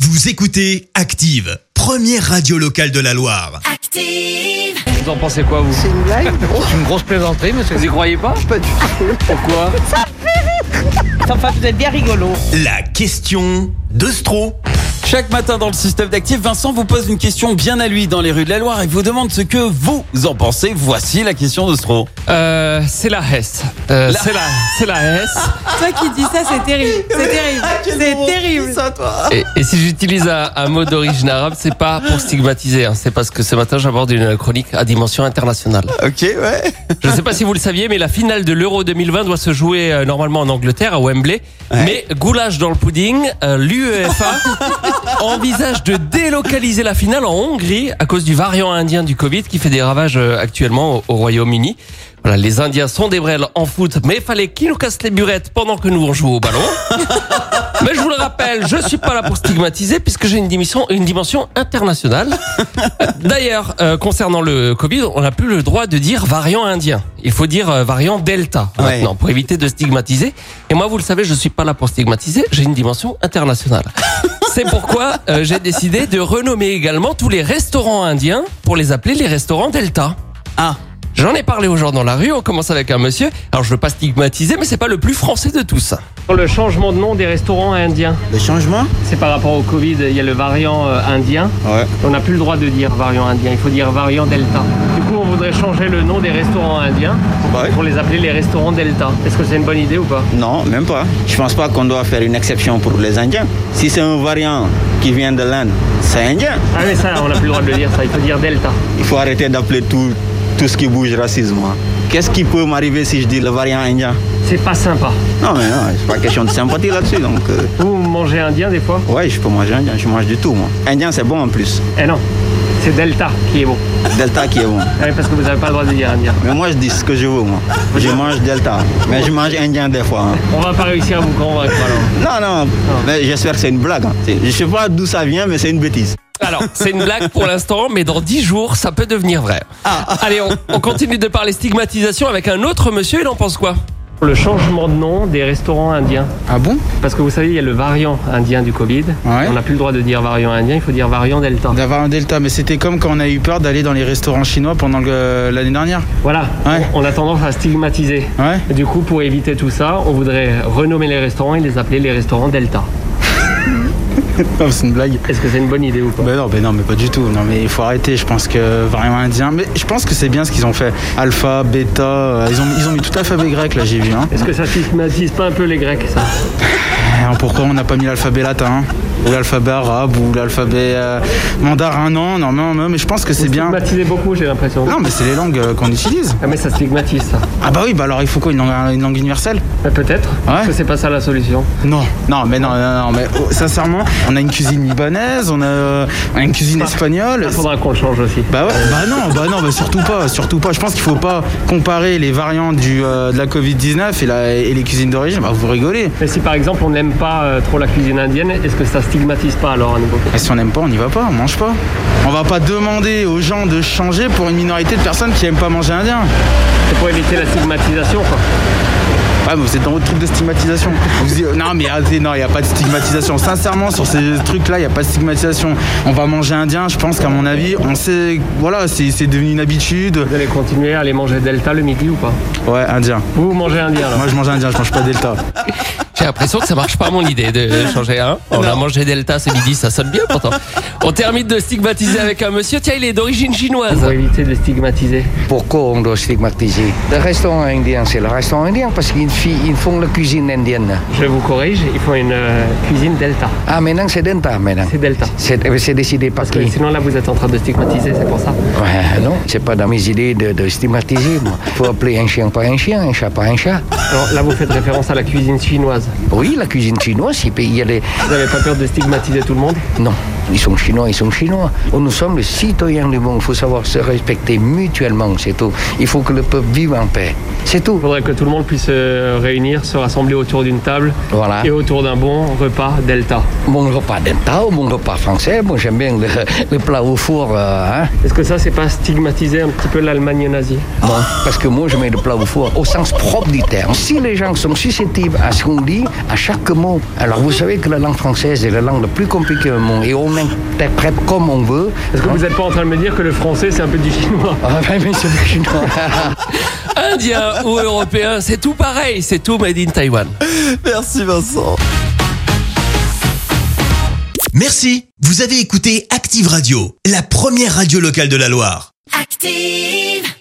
Vous écoutez Active, première radio locale de la Loire. Active! Vous en pensez quoi, vous C'est une blague C'est une grosse plaisanterie, monsieur. Vous y croyez pas Pas du tout. Pourquoi Enfin, vous êtes bien rigolo. La question de Stro. Chaque matin dans le système d'actifs, Vincent vous pose une question bien à lui dans les rues de la Loire et vous demande ce que vous en pensez. Voici la question de Stro. Euh, c'est la S. Euh, C'est la, c'est la S. Toi qui dis ça, c'est terrible. C'est terrible. C'est terrible. Et, et si j'utilise un, un mot d'origine arabe, c'est pas pour stigmatiser. hein. C'est parce que ce matin, j'aborde une chronique à dimension internationale. Ok, ouais. Je ne sais pas si vous le saviez, mais la finale de l'Euro 2020 doit se jouer euh, normalement en Angleterre, à Wembley. Mais goulash dans le pudding, euh, l'UEFA envisage de délocaliser la finale en Hongrie à cause du variant indien du Covid qui fait des ravages euh, actuellement au, au Royaume-Uni. Voilà, les Indiens sont des brels en foot, mais fallait qu'ils nous cassent les burettes pendant que nous on joue au ballon. Mais je vous le rappelle, je suis pas là pour stigmatiser puisque j'ai une dimension, une dimension internationale. D'ailleurs, euh, concernant le Covid, on n'a plus le droit de dire variant indien. Il faut dire euh, variant delta Ouais. maintenant pour éviter de stigmatiser. Et moi, vous le savez, je suis pas là pour stigmatiser. J'ai une dimension internationale. C'est pourquoi euh, j'ai décidé de renommer également tous les restaurants indiens pour les appeler les restaurants delta. Ah. J'en ai parlé aux gens dans la rue, on commence avec un monsieur. Alors je veux pas stigmatiser, mais c'est pas le plus français de tous. Le changement de nom des restaurants indiens. Le changement C'est par rapport au Covid, il y a le variant euh, indien. Ouais. On n'a plus le droit de dire variant indien, il faut dire variant delta. Du coup, on voudrait changer le nom des restaurants indiens Ah Ouais. pour les appeler les restaurants delta. Est-ce que c'est une bonne idée ou pas Bah Non, même pas. Je pense pas qu'on doit faire une exception pour les Indiens. Si c'est un variant qui vient de l'Inde, c'est indien. Ah mais ça, on n'a plus le droit de le dire ça, il faut dire delta. Il faut arrêter d'appeler tout, tout ce qui bouge racisme. hein. Qu'est-ce qui peut m'arriver si je dis le variant indien C'est pas sympa. Non, mais non, c'est pas question de sympathie là-dessus. Donc, euh, Vous mangez indien des fois ouais, je peux manger indien, je mange du tout, moi. Indien, c'est bon en plus. Eh non, c'est delta qui est bon. Delta qui est bon. Ouais, parce que vous n'avez pas le droit de dire indien. Mais moi, je dis ce que je veux, moi. Je mange Delta. Mais je mange indien des fois. hein. On va pas réussir à vous convaincre alors. Non, non, mais j'espère que c'est une blague. hein. C'est- Je sais pas d'où ça vient, mais c'est une bêtise. Alors, c'est une blague pour l'instant, mais dans 10 jours, ça peut devenir vrai. Ah. Allez, on, on continue de parler stigmatisation avec un autre monsieur, il en pense quoi Le changement de nom des restaurants indiens. Ah bon Parce que vous savez, il y a le variant indien du Covid. Ouais. On n'a plus le droit de dire variant indien, il faut dire variant delta. D'avoir un delta, mais c'était comme quand on a eu peur d'aller dans les restaurants chinois pendant le- l'année dernière. Voilà, Ouais. on a tendance à stigmatiser. Ouais. Et Du coup, pour éviter tout ça, on voudrait renommer les restaurants et les appeler les restaurants delta. Oh, c'est une blague. Est-ce que c'est une bonne idée ou pas Bah non, bah non, mais pas du tout. Non, mais il faut arrêter. Je pense que variant indien. Mais je pense que c'est bien ce qu'ils ont fait. Alpha, bêta. euh, ils, ont, ils ont mis tout l'alphabet grec là, j'ai vu. Hein. Est-ce que ça stigmatise pas un peu les Grecs, ça Ah. Eh, Pourquoi on n'a pas mis l'alphabet latin hein Ou l'alphabet arabe Ou l'alphabet euh, mandarin Non, non, non, non, mais je pense que c'est bien. Stigmatiser beaucoup, j'ai l'impression. Non, mais c'est les langues euh, qu'on utilise. Ah, mais ça stigmatise, ça. Ah bah oui, bah alors il faut quoi Une langue, une langue universelle Mais Peut-être. Ouais. Est-ce que c'est pas ça la solution Non, non, mais non, non, non, mais oh, sincèrement, on a une cuisine libanaise, on a, euh, on a une cuisine espagnole. Il faudra qu'on le change aussi. Bah ouais, bah non, bah non, bah surtout pas, surtout pas. Je pense qu'il faut pas comparer les variants du, euh, de la Covid-19 et, la- et les cuisines d'origine. Bah vous rigolez. Mais si par exemple on n'aime pas euh, trop la cuisine indienne, est-ce que ça stigmatise pas alors à nouveau Et Bah, si on n'aime pas, on n'y va pas, on mange pas. On va pas demander aux gens de changer pour une minorité de personnes qui aiment pas manger indien. C'est pour éviter la stigmatisation, quoi. Ouais, mais vous êtes dans votre truc de stigmatisation. Vous dites, non, mais arrêtez, non, il n'y a pas de stigmatisation. Sincèrement, sur ces trucs-là, il n'y a pas de stigmatisation. On va manger indien, je pense qu'à mon avis, on sait, voilà, c'est c'est devenu une habitude. Vous allez continuer à aller manger Delta le midi ou pas Ouais, indien. Vous vous mangez indien alors Moi, je mange indien, je mange pas delta. J'ai l'impression que ça marche pas mon idée de changer un. On a mangé Delta ce midi, ça sonne bien pourtant. On termine de stigmatiser avec un monsieur, tiens, il est d'origine chinoise. Pour éviter de stigmatiser. Pourquoi on doit stigmatiser Le restaurant indien, c'est le restaurant indien parce qu'ils fi- ils font la cuisine indienne. Je vous corrige, il faut une euh, cuisine Delta. Ah, maintenant c'est Delta, maintenant. C'est Delta. C'est euh, c'est décidé par Parce que qui sinon là vous êtes en train de stigmatiser, c'est pour ça. Ouais, Non, c'est pas dans mes idées de, de stigmatiser. moi. faut appeler un chien par un chien, un chat par un chat. Alors là vous faites référence à la cuisine chinoise. Oui, la cuisine chinoise, il peut y aller. Vous n'avez pas peur de stigmatiser tout le monde Non, Ils sont chinois, ils sont chinois. Oh, Nous sommes les citoyens du monde. Il faut savoir se respecter mutuellement, c'est tout. Il faut que le peuple vive en paix. C'est tout. Il faudrait que tout le monde puisse se euh, réunir, se rassembler autour d'une table Voilà. et autour d'un bon repas Delta. Mon repas d'État ou mon repas français, moi j'aime bien le, le plat au four. euh, hein. Est-ce que ça, c'est pas stigmatiser un petit peu l'Allemagne nazie Non, parce que moi je mets le plat au four au sens propre du terme. Si les gens sont susceptibles à ce qu'on dit, à chaque mot, alors vous savez que la langue française est la langue la plus compliquée au monde et on interprète comme on veut. Hein Est-ce que vous n'êtes pas en train de me dire que le français, c'est un peu du chinois Ah, ben, mais c'est chinois. Indien ou européen, c'est tout pareil, c'est tout made in Taiwan. Merci Vincent. Merci. Vous avez écouté Active Radio, la première radio locale de la Loire. Active.